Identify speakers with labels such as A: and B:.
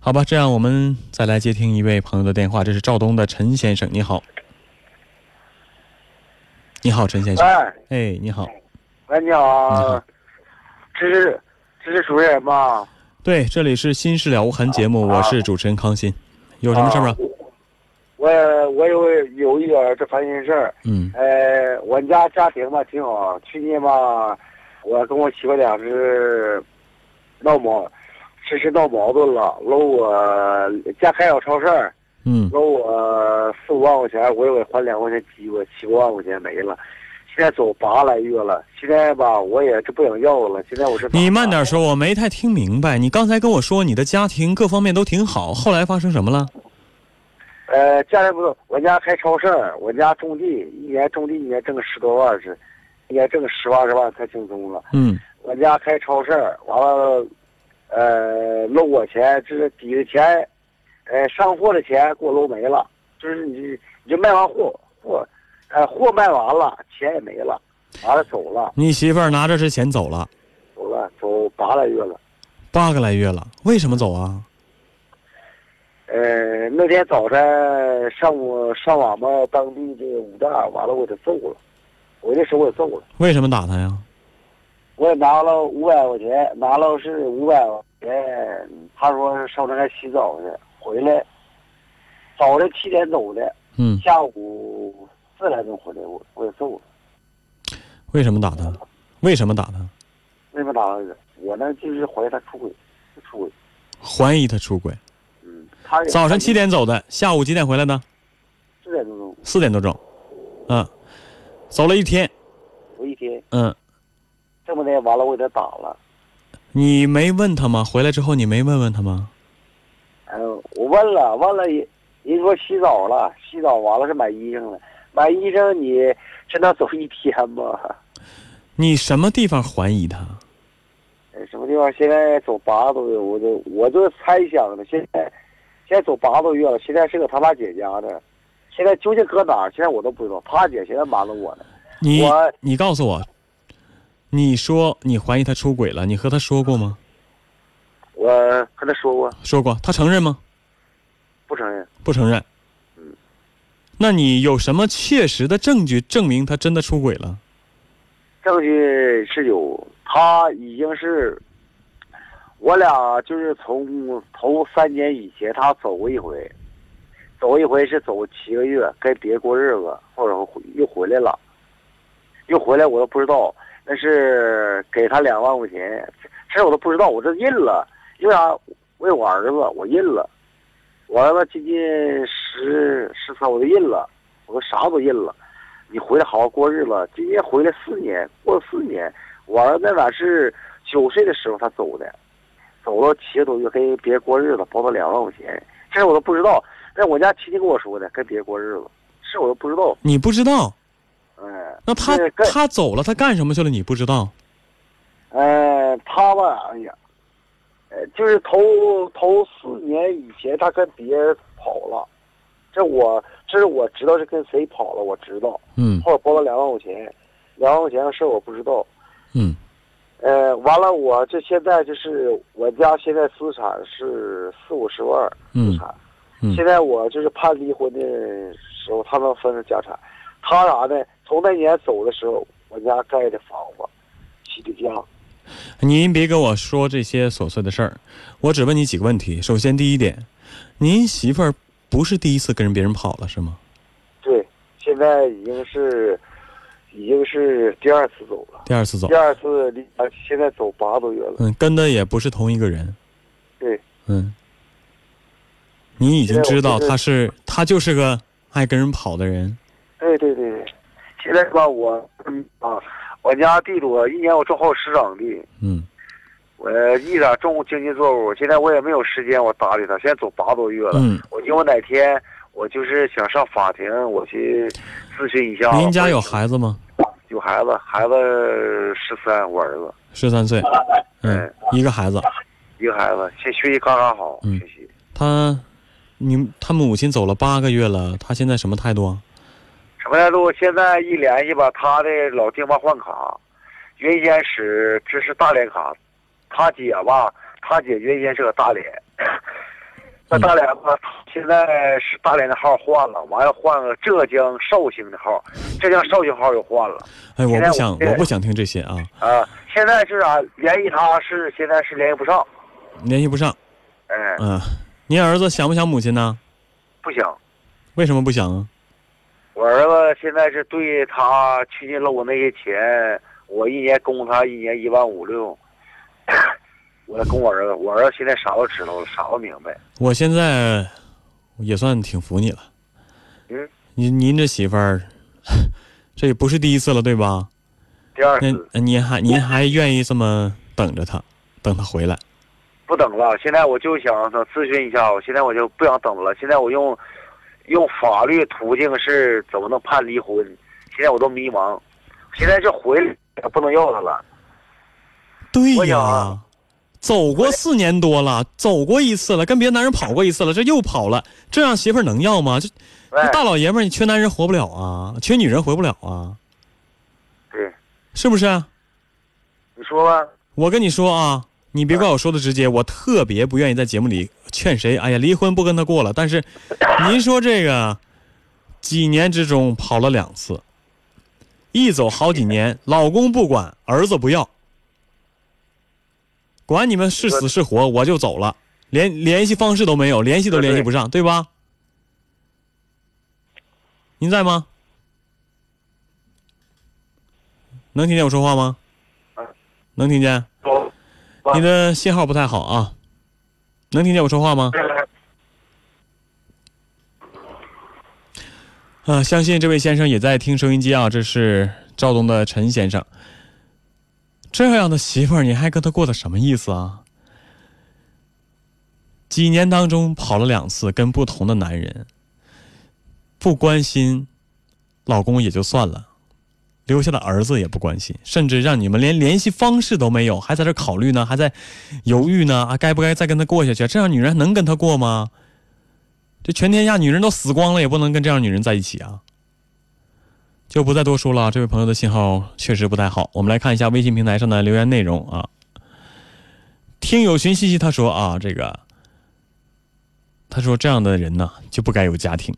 A: 好吧，这样我们再来接听一位朋友的电话，这是肇东的陈先生，你好。你好，陈先生。
B: 哎，
A: 哎，你好。
B: 喂，你
A: 你
B: 好
A: 好，
B: 这是这是主持人吗？
A: 对，这里是《新事了无痕》节目，我是主持人康欣。有什么事儿吗？
B: 我啊我有有一点儿这烦心事儿，
A: 嗯
B: 呃，我们家家庭吧挺好，去年吧，我跟我媳妇俩是闹矛，是是闹矛盾了，搂我家开小超市儿，
A: 嗯
B: 搂我四五万块钱，我又给还两块钱鸡巴，七八万块钱没了，现在走八来月了，现在吧我也这不想要了，现在我是
A: 你慢点说，我没太听明白。你刚才跟我说你的家庭各方面都挺好，后来发生什么了？
B: 呃，家里不是，我家开超市儿，我家种地，一年种地一年挣个十多万是，一年挣个十万十万太轻松了。
A: 嗯
B: 我家开超市儿，完了，呃，搂我钱，这是抵的钱，呃，上货的钱给我搂没了，就是你你就卖完货货，呃，货卖完了，钱也没了，完了走了
A: 你媳妇儿拿着这钱走了，
B: 走了走八来月了。
A: 八个来月了，为什么走啊？
B: 呃，那天早晨上午上俺们当地这个武大，完了我给他揍了，我那时候我给揍了。
A: 为什么打他呀？
B: 我也拿了五百块钱，拿了是五百块钱。他说是上那来洗澡去，回来早晨七点走的，
A: 嗯，
B: 下午四点钟回来，我我也揍了。
A: 为什么打他？为什么打他？
B: 为什么打他的？我呢就是怀疑他出轨，出轨。
A: 怀疑他出轨。
B: 嗯，他也
A: 早晨七点走的，下午几点回来的？
B: 四点钟，
A: 四点多钟。嗯，走了一天。
B: 我一天
A: 嗯，
B: 这么的，完了我给他打了。
A: 你没问他吗？回来之后你没问问他吗？
B: 嗯、我问了，问了也，人说洗澡了，洗澡完了是买衣裳了，买衣裳你真能走一天吗？
A: 你什么地方怀疑他？
B: 呃什么地方现在走八个多月，我就我就猜想的，现在现在走八个多月了，现在是搁他爸姐家呢，现在究竟搁哪儿？现在我都不知道。他姐现在瞒着我呢，
A: 你
B: 我
A: 你告诉我，你说你怀疑他出轨了，你和他说过吗？
B: 我跟他说过
A: 说过，他承认吗？
B: 不承认，
A: 不承认。那你有什么切实的证据证明他真的出轨了？
B: 证据是有，他已经是我俩就是从头三年以前他走过一回，走过一回是走七个月，跟别人过日子，后来回又回来了，又回来我都不知道，那是给他两万块钱，这这事我都不知道，我这印了，因为啥？为我儿子我印了，我儿子今年十十三我都印了，我都啥都印了，你回来好好过日子，今年回来四年，过了四年，我儿子那是九岁的时候他走的。走了七个多月，跟别人过日子，包他两万块钱，这事我都不知道。那我家亲戚跟我说的，跟别人过日子，事我都不知道。
A: 你不知道？
B: 嗯，
A: 那他
B: 是跟
A: 他走了，他干什么去了？你不知道？
B: 呃，他吧，哎呀，呃，就是头头四年以前，他跟别人跑了，这我这是我知道是跟谁跑了，我知道，
A: 嗯
B: 后来包了两万块钱，两万块钱的事我不知道。
A: 嗯
B: 呃，完了我，这现在就是我家现在资产是四五十万资
A: 嗯
B: 产，
A: 嗯
B: 现在我就是判离婚的时候，他能分着家产，他啥呢？从那年走的时候，我家盖的房子，起的家。
A: 您别跟我说这些琐碎的事儿，我只问你几个问题。首先，第一点，您媳妇儿不是第一次跟别人跑了是吗？
B: 对，现在已经是，已经是第二次走了，
A: 第二次走
B: 第，二次离啊，现在走八个多月了。
A: 嗯，跟的也不是同一个人。
B: 对，
A: 嗯，你已经知道他是他就是个爱跟人跑的人。
B: 对对对对，现在吧，我嗯啊，我家地主啊一年我种好十亩地，
A: 嗯，
B: 我一点种经济作物，现在我也没有时间我搭理他，现在走八个多月了。
A: 嗯
B: 我因为哪天我就是想上法庭，我去咨询一下。
A: 您家有孩子吗？
B: 有孩子，孩子十三，我儿子
A: 十三岁，嗯，一个孩子。
B: 一个孩子，现学习刚刚好，
A: 嗯
B: 学习
A: 他，你他母亲走了八个月了，他现在什么态度啊？
B: 什么来着？我现在一联系吧，他的老爹妈换卡，原先是这是大连卡，他姐吧，他姐原先是个大连，在大连吧，现在是大连的号换了，完了换了浙江绍兴的号，浙江绍兴号又换了
A: 哎，我
B: 现
A: 不
B: 在
A: 想，
B: 我现在
A: 我不想听这些啊，
B: 啊。现在是啥、联系他是现在是联系不上，
A: 联系不上。
B: 哎，
A: 嗯、您儿子想不想母亲呢？
B: 不行。
A: 为什么不想啊？
B: 我儿子现在是对他去年搂我那些钱，我一年供他一年一万五六，我得供我儿子，我儿子现在啥都知道了，啥都明白。
A: 我现在也算挺服你了。
B: 嗯，
A: 您您这媳妇儿， 这也不是第一次了，对吧？
B: 第二
A: 那
B: 次
A: 那您还您还愿意这么等着她，等她回来？
B: 不等了，现在我就想想咨询一下，我现在我就不想等了，现在我用用法律途径是怎么能判离婚？现在我都迷茫，现在这回来不能要他了，
A: 对
B: 我
A: 呀、
B: 想啊
A: 走过四年多了，走过一次了，跟别的男人跑过一次了，这又跑了，这让媳妇儿能要吗？这
B: 喂，
A: 大老爷们儿，你缺男人活不了啊，缺女人活不了啊，
B: 对，
A: 是不是啊？
B: 你 说吧，
A: 我跟你说啊，你别怪我说的直接，我特别不愿意在节目里劝谁，哎呀，离婚不跟他过了。但是您说这个，几年之中跑了两次，一走好几年，老公不管，儿子不要，管你们是死是活，我就走了，连联系方式都没有，联系都联系不上，对吧？您在吗？能听见我说话吗
B: 嗯？
A: 能听见？
B: 我
A: 你的信号不太好啊，能听见我说话吗？啊，相信这位先生也在听收音机啊，这是赵东的陈先生。这样的媳妇儿，你还跟他过的什么意思啊？几年当中跑了两次，跟不同的男人，不关心老公也就算了，留下的儿子也不关心，甚至让你们连联系方式都没有，还在这考虑呢，还在犹豫呢，啊，该不该再跟他过下去？这样女人还能跟他过吗？这全天下女人都死光了，也不能跟这样女人在一起啊！就不再多说了，这位朋友的信号确实不太好。我们来看一下微信平台上的留言内容啊。听友寻西西他说啊，这个他说这样的人呢就不该有家庭，